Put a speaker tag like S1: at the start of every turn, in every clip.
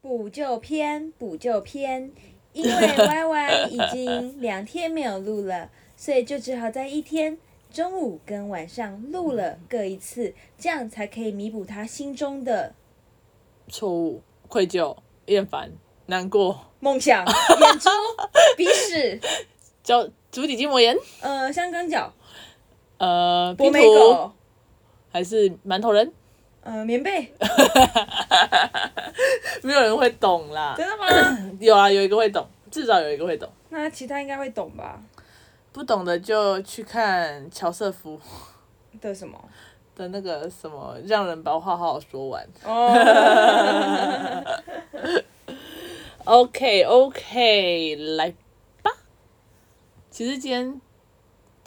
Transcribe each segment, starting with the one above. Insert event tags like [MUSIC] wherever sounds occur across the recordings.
S1: 补救篇，补救
S2: [LAUGHS]
S1: 篇，因为 Y Y 已经两天没有录了，所以就只好在一天中午跟晚上录了各一次，这样才可以弥补他心中的
S2: 错误、愧疚、厌烦、难过、
S1: 梦
S2: [LAUGHS]
S1: 想、眼珠、鼻屎、
S2: 脚足底筋膜炎，
S1: 呃香港脚、
S2: 呃，
S1: 博
S2: 拼
S1: 美
S2: 图
S1: 狗、
S2: 还是馒头人，
S1: 呃棉被，
S2: 没有人会懂啦。
S1: 真的
S2: [LAUGHS]
S1: 吗？
S2: 有啊，有一个会懂，至少有一个会懂。
S1: 那其他应该会懂吧？
S2: 不懂的就去看乔瑟夫
S1: 的什么？
S2: 的那个什么，让人把话好好说完。 [LAUGHS]
S1: 哦，
S2: OK OK，来吧。其实今天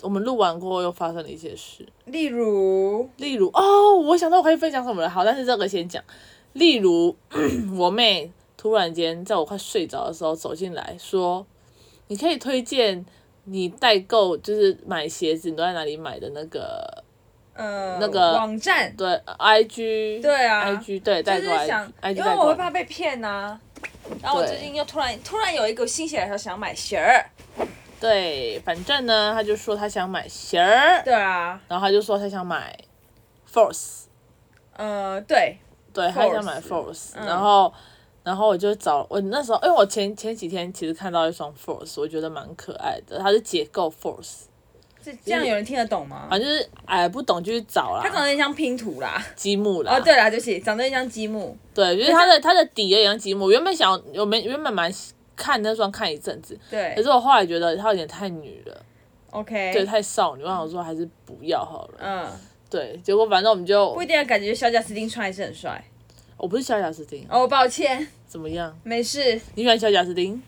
S2: 我们录完过后又发生了一些事，
S1: 例如，
S2: 例如哦，我想到我可以分享什么了，好，但是这个先讲。例如， [CLEARS THROAT] 我妹突然间在我快睡着的时候走进来说：“你可以推荐你代购，就是买鞋子你都在哪里买的那个
S1: 呃，
S2: 那个
S1: 网站，
S2: 对 IG
S1: 对啊
S2: IG 对
S1: 就
S2: 代购
S1: 是想
S2: IG，代
S1: 因为我会
S2: 购
S1: 怕被骗呐、然后我
S2: 对
S1: 最近又突然突然有一个心血来潮想买鞋儿，
S2: 对，反正呢，她就说她想买鞋儿，
S1: 对啊，
S2: 然后他就说他想买 Force，
S1: 呃，对，
S2: 对他想买
S1: Force，
S2: Force，、
S1: 嗯
S2: 然后然后我就找我那时候，因为我前前几天其实看到一双 Force，我觉得蛮可爱的，它是解构 Force，
S1: 这这样有人听得懂吗？
S2: 反正就是哎不懂就去找
S1: 它长
S2: 啦，
S1: 得很像拼图啦，
S2: 积
S1: [LAUGHS]
S2: 木啦，
S1: 哦，对啦，就是长得很像积木，
S2: 对就是它的它的底有点像积木，我原本想我们原本蛮看那双看一阵子，
S1: 对
S2: 可是我后来觉得它有点太女了，
S1: ，OK，
S2: 对，太少女，我想说还是不要好了，
S1: 嗯，
S2: 对，结果反正我们就
S1: 不一定要感觉小贾斯汀穿还是很帅。
S2: 我不是小贾斯汀，
S1: 哦，抱歉，
S2: 怎么样？
S1: 没事，
S2: 你喜欢小贾斯汀？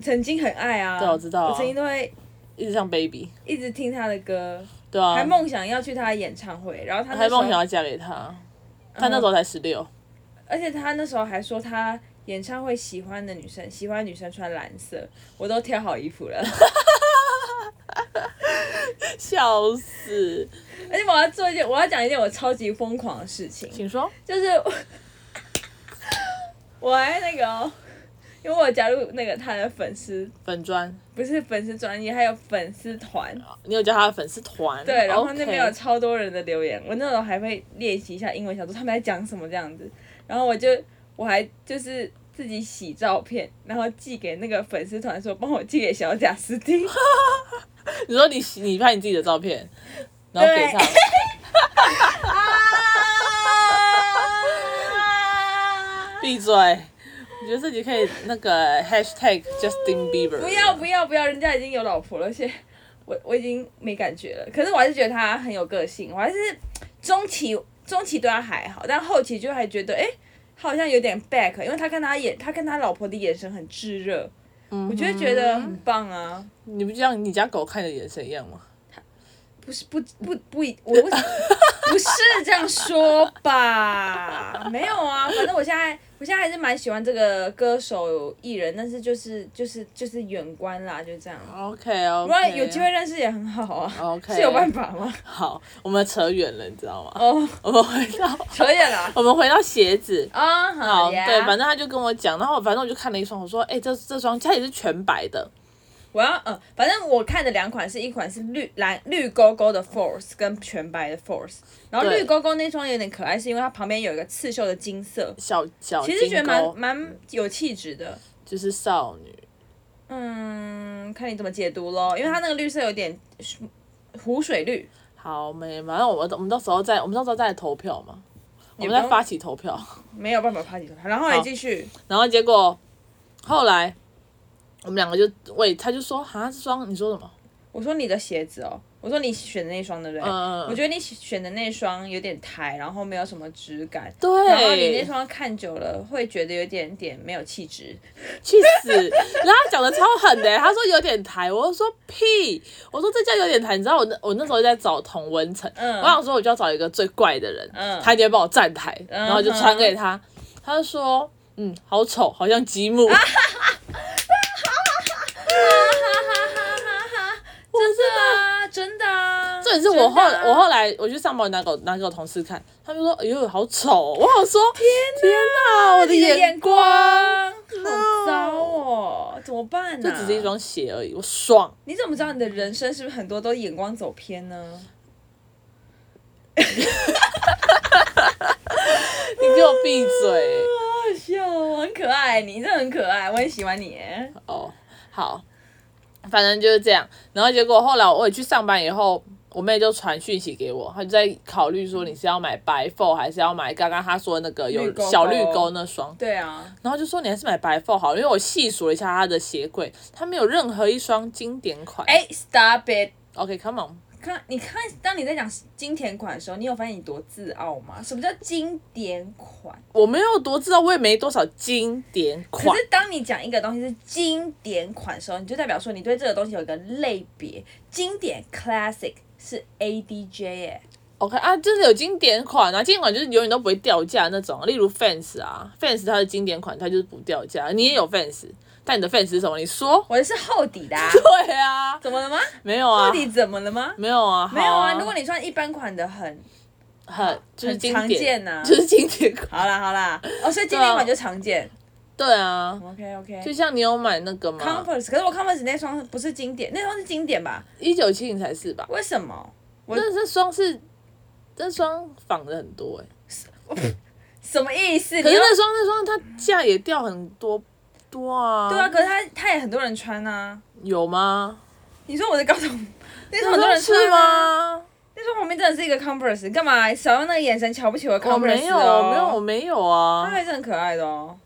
S1: 曾经很爱啊，
S2: 对我知道啊
S1: 我曾经都会
S2: 一直像 baby。
S1: 一直听他的歌，
S2: 对啊，
S1: 还梦想要去他的演唱会，然后他那
S2: 还
S1: 时候嗯
S2: 梦想要嫁给他，他那时候才十六、
S1: 而且他那时候还说他演唱会喜欢的女生，喜欢女生穿蓝色，我都挑好衣服了， [LAUGHS]
S2: 笑死！
S1: 而且我要做一件，我要讲一件我超级疯狂的事情，
S2: 请说，
S1: 就是我我还那个哦、因为我加入那个他的粉丝，
S2: 粉砖，
S1: 不是粉丝专业，还有粉丝团，
S2: 你有加他的粉丝团？
S1: 对，然后那边有
S2: OK
S1: 超多人的留言，我那时候还会练习一下英文，想说他们在讲什么这样子，然后我就我还就是自己洗照片，然后寄给那个粉丝团说帮我寄给小贾斯汀，
S2: 你说你你拍你自己的照片，然后给他，闭嘴！我觉得自己可以那个 hashtag Justin Bieber，
S1: 不要不要不要，人家已经有老婆了，而且 [LAUGHS] 我我已经没感觉了，可是我还是觉得他很有个性，我还是中期中期对他还好，但后期就还觉得哎。诶他好像有点 back，因为他看他眼，他看他老婆的眼神很炙热，我就会觉得很棒啊。
S2: 你不就像你家狗看你的眼神一样吗？
S1: 不是不不不一，我不不是这样说吧？ [LAUGHS] 没有啊，反正我现在我现在还是蛮喜欢这个歌手艺人，但是就是就是就是远观啦，就这样。
S2: OK 哦，
S1: 不然有机会认识也很好 [LAUGHS] 啊，
S2: OK
S1: 是有办法吗？
S2: 好，我们扯远了，你知道吗？
S1: [LAUGHS]
S2: [LAUGHS]
S1: 哦，
S2: 我们回到
S1: 扯远了
S2: 我们回到鞋子，
S1: 啊，
S2: 好，
S1: 好呀，
S2: 对，反正他就跟我讲，然后反正我就看了一双，我说，哎、这这双它也是全白的，
S1: 我要呃，反正我看的两款是一款是绿蓝绿勾勾的 Force 跟全白的 Force，然后
S2: 对
S1: 绿勾勾那双有点可爱，是因为它旁边有一个刺绣的金色，
S2: 小小
S1: 其实觉
S2: 金
S1: 得蛮
S2: 钩，
S1: 蛮有气质的。
S2: 就是少女，
S1: 嗯，看你怎么解读咯，因为它那个绿色有点 [LAUGHS] 湖水绿，
S2: 好没，反正我们我们到时候再我们到时候再来投票嘛，我
S1: 也
S2: 们
S1: 不
S2: 再
S1: 用
S2: 发起投票，
S1: 没有办法拍底它。然后你继续，
S2: 然后结果后来我们两个就喂，他就说，哈，这双你说什么？
S1: 我说你的鞋子哦，我说你选的那双对不对？
S2: 嗯嗯嗯
S1: 我觉得你选的那双有点抬，然后没有什么质感。然后你那
S2: 对，
S1: 双看久了会觉得有点点没有气质，
S2: 去死！然后他讲的超狠的，欸他说有点抬，我就说屁，我说这叫有点抬，你知道我那我那时候在找童文成，
S1: 嗯
S2: 我想说我就要找一个最怪的人，
S1: 嗯
S2: 他一定会帮我站台，然后就
S1: 嗯哼
S2: 传给他，他就说，嗯，好丑，好像积木，
S1: 啊
S2: 我
S1: 真的啊，真的啊。
S2: 这也是我后
S1: 真的啊
S2: 我后来我去上班，我拿给我拿给我 [LAUGHS] 同事看，他们说，哎呦，好丑，我想说，天哪，我的
S1: 你的
S2: 眼
S1: 眼
S2: 光，
S1: 哦么办呢、
S2: 这只是一双鞋而已，我爽。
S1: 你怎么知道你的人生是不是很多都眼光走偏呢？
S2: 你给我闭嘴！
S1: 好笑哦，很可爱，你真的很可爱，我很喜欢你耶。
S2: 哦，好，反正就是这样。然后结果后来我也去上班以后，我妹就传讯息给我，她就在考虑说你是要买白 f 还是要买刚刚她说那个有
S1: 绿勾勾
S2: 小绿勾那双。
S1: 对啊，
S2: 然后就说你还是买白 f 好了，因为我细数了一下她的鞋柜，她没有任何一双经典款。
S1: 哎、s t o p it！
S2: OK，come、on，
S1: 看，你看，当你在讲经典款的时候，你有发现你多自傲吗？什么叫经典款？
S2: 我没有多知道，我也没多少经典
S1: 可
S2: 款
S1: 是。当你讲一个东西是经典款的时候，你就代表说你对这个东西有一个类别，经典 classic 是 ADJ 哎、
S2: OK 啊，真的有经典款啊，经典款就是永远都不会掉价那种，例如 Fans 啊，Fans 它的经典款它就是不掉价，你也有 Fans，但你的 Fans 是什么？你说？，
S1: 我的是厚底的、啊
S2: 对啊，
S1: 怎么了吗？
S2: 没有啊
S1: 厚，底怎么了吗？
S2: 没有啊，
S1: 没有
S2: 好
S1: 啊，
S2: 啊，
S1: 如果你穿一般款的很，
S2: 很就是经
S1: 很常见啊
S2: 就是经典款，
S1: 好啦好啦，哦，所以经典款就常见。
S2: 对啊，
S1: OK OK。
S2: 就像你有买那个吗？
S1: Converse，可是我 Converse 那双不是经典，那双是经典吧？
S2: 一九七零才是吧？
S1: 为什么？我
S2: 那这双是这双仿的很多哎、
S1: 什么意思？你
S2: 可是
S1: 又
S2: 那双那双它价也掉很多多啊，
S1: 对啊，，可是它它也很多人穿啊。
S2: 有吗？
S1: 你说我的高
S2: [LAUGHS]
S1: 筒，那双
S2: 那
S1: 很多
S2: 双
S1: 人穿
S2: 是
S1: 啊？
S2: 吗？
S1: 那双旁边真的是一个 Converse，你干嘛少用那个眼神瞧不起我的
S2: 我
S1: Converse？
S2: 没有，
S1: 哦
S2: 没有，我，没有
S1: 它
S2: 啊。
S1: 还是很可爱的哦。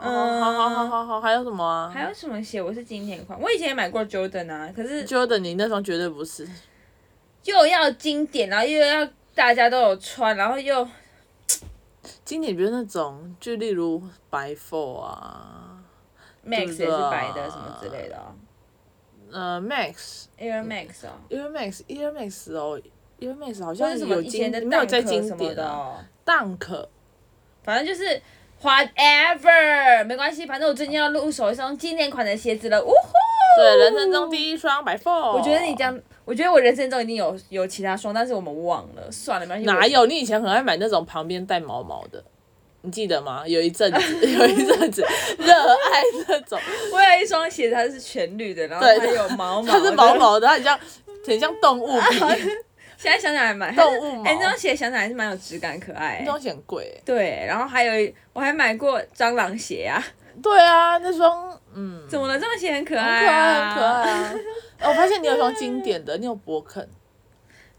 S2: 哦好好好好好，还有什么啊？
S1: 还有什么鞋？我是经典款，我以前也买过 Jordan 啊，可是
S2: Jordan，你那双绝对不是。
S1: 又要经典，然后又要大家都有穿，然后又
S2: 经典就是那种，就例如白 f 啊，
S1: Max 也
S2: 对
S1: 是
S2: 啊
S1: 白的什么之类的、哦、
S2: 呃，Max、
S1: ，Air Max 哦，
S2: Air Max、Air Max 哦，Air Max 好
S1: 或
S2: 像
S1: 者什么
S2: 有
S1: 以前
S2: 经
S1: 的
S2: 没有
S1: Dunk
S2: 在经
S1: 什么
S2: 典
S1: 的、
S2: 啊
S1: 哦，
S2: ，Dunk
S1: 反正就是 whatever，没关系，反正我最近要入手一双经典款的鞋子了，呜呼！
S2: 对，人生中第一双白 f
S1: 哦我觉得你这样，我觉得我人生中一定有有其他双，但是我们忘了，算了，没关系。
S2: 哪
S1: 我？
S2: 有？你以前很爱买那种旁边带毛毛的。你记得吗？有一阵子， [LAUGHS] 有一阵子热爱那种，
S1: 我有一双鞋子，它是全绿的，然后
S2: 对
S1: 它有毛毛，
S2: 它是毛。毛的，它很像很像动物 [LAUGHS] 皮，
S1: 现在想想还蛮
S2: 动物毛
S1: 哎、那双鞋想想还是蛮有质感，可爱、
S2: 那双鞋很贵欸。
S1: 对，然后还有一我还买过蟑螂鞋啊，
S2: 对啊，那双嗯，
S1: 怎么了？这双鞋很可
S2: 很
S1: 爱、
S2: 可爱，
S1: 啊，
S2: 很可爱啊！哦我发现你有一双经典的，你有勃肯，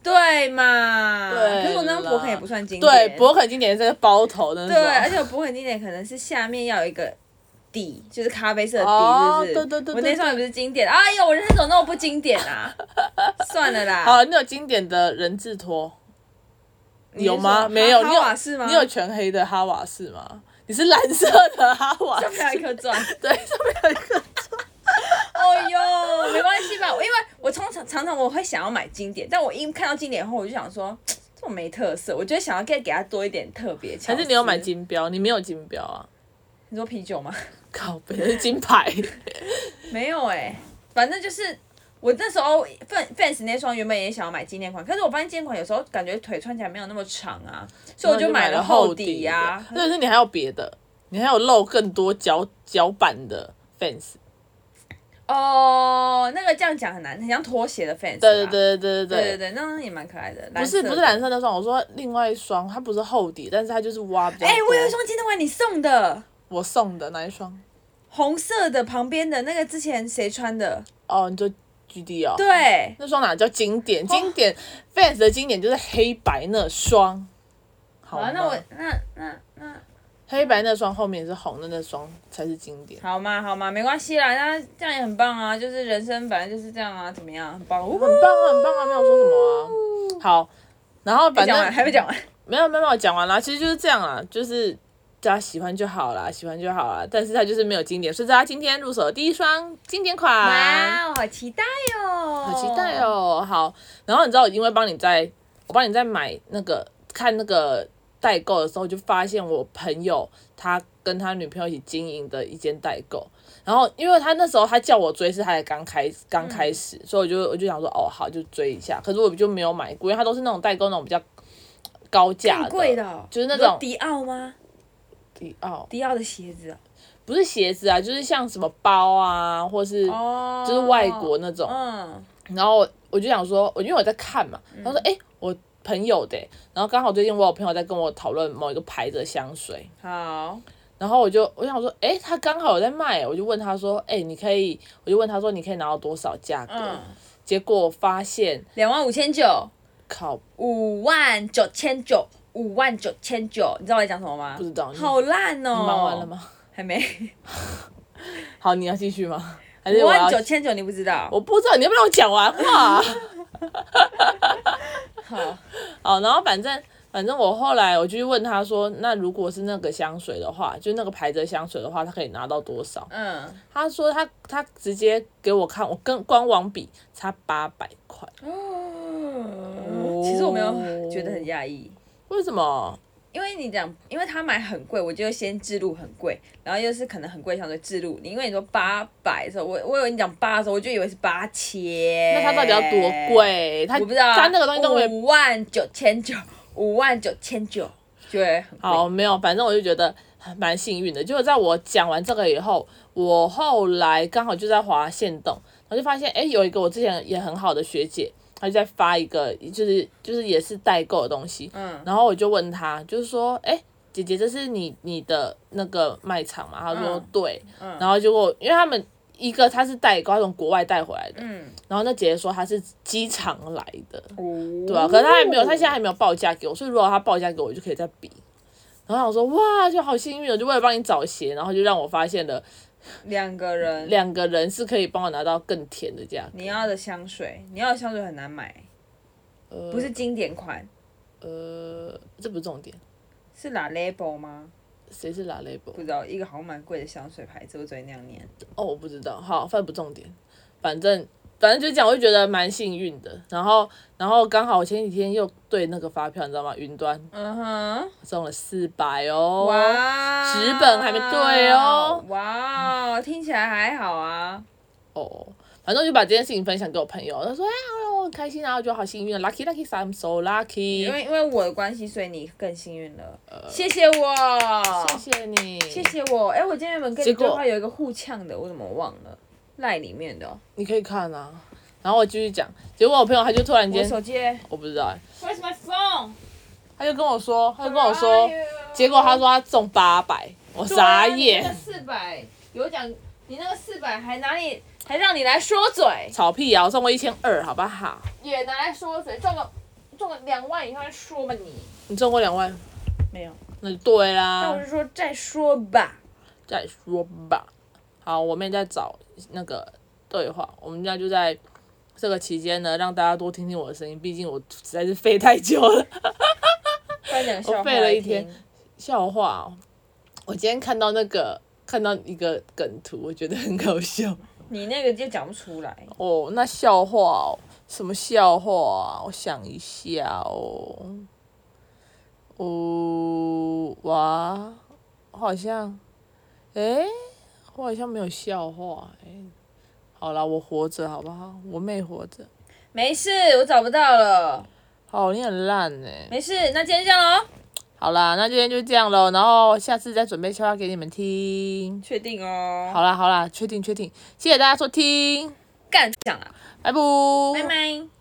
S1: 对嘛？
S2: 对
S1: 可是我那
S2: 啦
S1: 双勃肯也不算经典。
S2: 对，勃肯经典是这个包头的那
S1: 对，而
S2: 双，
S1: 且我勃肯经典可能是下面要有一个底，就是咖啡色的底，
S2: 哦
S1: 是不是？
S2: 对对对
S1: 我
S2: 对
S1: 那双也不是经典，哎呦，我人生怎么那么不经典啊？ [LAUGHS] 算了啦。
S2: 好，你有经典的人字拖，
S1: 你是
S2: 有吗？
S1: 说
S2: 没有，
S1: 哈
S2: 你
S1: 哈瓦士
S2: 有
S1: 吗？
S2: 你有全黑的哈瓦士吗？你是蓝色的哈瓦
S1: 上 [LAUGHS]
S2: 士，
S1: 面有一颗钻。
S2: 对，上面有一个，
S1: 哦哟，没关系吧？我因为我通常常常我会想要买经典，但我一看到经典后，我就想说这种没特色，我就想要再给它多一点特别。
S2: [LAUGHS] 还是你有买？金标？你没有金标啊？
S1: 你说啤酒吗？
S2: 靠北，是金牌，
S1: 没有哎、反正就是我那时候 Fan Fans 那双原本也想要买经典款，可是我发现经典款有时候感觉腿穿起来没有那么长啊，所以我就买了厚底啊呀、
S2: 或者是你还有别的，你还有露更多脚脚板的 fans。
S1: 哦，那个这样讲很难，很像拖鞋的 Fans。
S2: 对。对对对
S1: 啊对对
S2: 对对。
S1: 对，那双也蛮可爱的，
S2: 不
S1: 不
S2: 是不是蓝色那双，我说另外一双，它不是厚底，但是它就是挖比较多。
S1: 哎、我有一双经典款你送的，
S2: 我送的哪一双？
S1: 红色的旁边的那个之前谁穿的？
S2: 哦，你说 G D 哦。。
S1: 对，哦
S2: 那双哪叫经典？经典、fans 的经典就是黑白那双。好
S1: 好啊，
S2: 吗，
S1: 那我那那那
S2: 黑白那双后面是红的那双才是经典。
S1: 好嘛好嘛，没关系啦，那这样也很棒啊，就是人生本来就是这样啊，怎么样？很棒，
S2: 很棒啊，很棒啊，没有说什么啊。好，然后
S1: 没
S2: 反
S1: 讲完
S2: 正
S1: 还没讲完，
S2: 没有没有没有讲完啦，其实就是这样啊，就是大家喜欢就好啦，喜欢就好啦。但是它就是没有经典，所以大家今天入手的第一双经典款，
S1: 哇，我好期待哦，
S2: 好期待，哦。好，然后你知道我因为帮你在，我帮你在买那个看那个代购的时候，就发现我朋友他跟他女朋友一起经营的一间代购。然后，因为他那时候他叫我追，是他才刚开刚开始，
S1: 嗯
S2: 所以我就我就想说，哦，好，就追一下。可是我就没有买过，因为他都是那种代购那种比较高价
S1: 很贵的哦，
S2: 就是那
S1: 你说
S2: 种
S1: 迪奥吗？
S2: 迪奥
S1: 迪奥的鞋子啊
S2: 不是鞋子啊，就是像什么包啊，或是
S1: 哦，
S2: 就是外国那种。
S1: 嗯，
S2: 然后我就想说，我因为我在看嘛，他说哎、诶我朋友的欸、然后刚好最近我有朋友在跟我讨论某一个牌子的香水，
S1: 好，
S2: 然后我就我想说，哎、他刚好有在卖欸，我就问他说，哎、你可以，我就问他说你可以拿到多少价格？
S1: 嗯，
S2: 结果发现
S1: 两万五千九，
S2: 靠，
S1: 五万九千九，五万九千九，你知道我在讲什么吗？
S2: 不知道你
S1: 好烂哦、
S2: 你忙完了？吗？ [LAUGHS]
S1: 还没，
S2: 好，你要继续吗？还是
S1: 五
S2: 我
S1: 万
S2: 要？
S1: 九千九你不知道？
S2: 我不知道，你要不要让我讲
S1: [LAUGHS]
S2: 完话？
S1: 好，
S2: 好，然后反正反正我后来我就去问他说，那如果是那个香水的话，就那个牌子的香水的话，他可以拿到多少？
S1: 嗯，
S2: 他说他他直接给我看，我跟官网比差八百块，
S1: 哦，其实我没有觉得很压抑。
S2: 为什么？
S1: 因为你讲，因为他买很贵，我就先置入很贵，然后又是可能很贵，想说置入你。因为你说八百的时候，我我以为你讲八的时候，我就以为是八千。
S2: 那他到底要多？贵？他
S1: 我不知道啊。
S2: 他那个东西都没
S1: 五万九千九，五万九千九，觉得很贵。
S2: 好，没有，反正我就觉得还蛮幸运的。结果在我讲完这个以后，我后来刚好就在滑线动，然后就发现哎、诶有一个我之前也很好的学姐，她就在发一个就是就是也是代购的东西，
S1: 嗯
S2: 然后我就问她，就是说哎。诶姐姐，这是你你的那个卖场嘛？她说
S1: 嗯
S2: 对，然后结果因为他们一个他是代购，他从国外带回来的，
S1: 嗯，
S2: 然后那姐姐说她是机场来的，
S1: 哦，
S2: 对啊，可是他还没有，他现在还没有报价给我，所以如果他报价给我，我就可以再比。然后我想说，哇，就好幸运哦，就为了帮你找鞋，然后就让我发现了
S1: 两个人，
S2: 两个人是可以帮我拿到更甜的价格。
S1: 你要的香水，你要的香水很难买，
S2: 呃
S1: 不是经典款，
S2: 呃，这不是重点，
S1: 是 La Label 吗？
S2: 谁是拉 label？
S1: 不知道，一个好像蛮贵的香水牌子，我昨天那样念。
S2: 哦，我不知道，好，反正不重点，反正反正就讲，我就觉得蛮幸运的。然后然后刚好我前几天又对那个发票，你知道吗？云端
S1: 嗯哼。
S2: 中了四百哦，
S1: 哇，
S2: 纸本还没对哦。
S1: 哇，听起来还好啊。
S2: 哦，反正我就把这件事情分享给我朋友，他说哎呀，我很开心啊，我觉得好幸运啊，lucky lucky I'm so
S1: 因
S2: lucky，
S1: 为因为我的关系，所以你更幸运了。谢谢我，
S2: 谢呃谢你，
S1: 谢谢我。哎、我今天原本跟你
S2: 结果
S1: 对话有一个互呛的，我怎么忘了？赖里面的哦、
S2: 你可以看啊。然后我继续讲，结果我朋友他就突然
S1: 我
S2: 间，
S1: 手机欸。
S2: 我不知道欸，
S1: Where's my phone？
S2: 他就跟我说，他就跟我说，
S1: 哎
S2: 结果他说他中八百，我傻眼，
S1: 四百有奖，你那个四百还哪里还让你来说嘴，
S2: 草屁啊，我中过一千二，好不好？
S1: 也拿来说嘴，中个中个两万以上再说吧你。
S2: 你中过两万，
S1: 没有，
S2: 那就对
S1: 那我
S2: 啦
S1: 是，说再说吧。
S2: 再说吧。好，我妹在找那个对话，我们家就在这个期间呢，让大家多听听我的声音，毕竟我实在是废太久了。
S1: 快点笑话
S2: 我背了一
S1: 来听
S2: 天笑话哦！我今天看到那个看到一个梗图，我觉得很搞笑
S1: 你那个就讲不出来。
S2: 哦。那笑话哦，什么笑话啊？我想一下哦。哦哇，我好像，诶、我好像没有笑话诶、好啦，我活着好不好？我妹活着。
S1: 没事，我找不到了。
S2: 好，你很烂诶、
S1: 没事，那今天这样喽。
S2: 好啦，那今天就这样喽，然后下次再准备笑话给你们听。
S1: 确定哦。，
S2: 好啦好啦，确定确定，谢谢大家收听，
S1: 干讲了，啊
S2: 拜拜，
S1: 拜拜。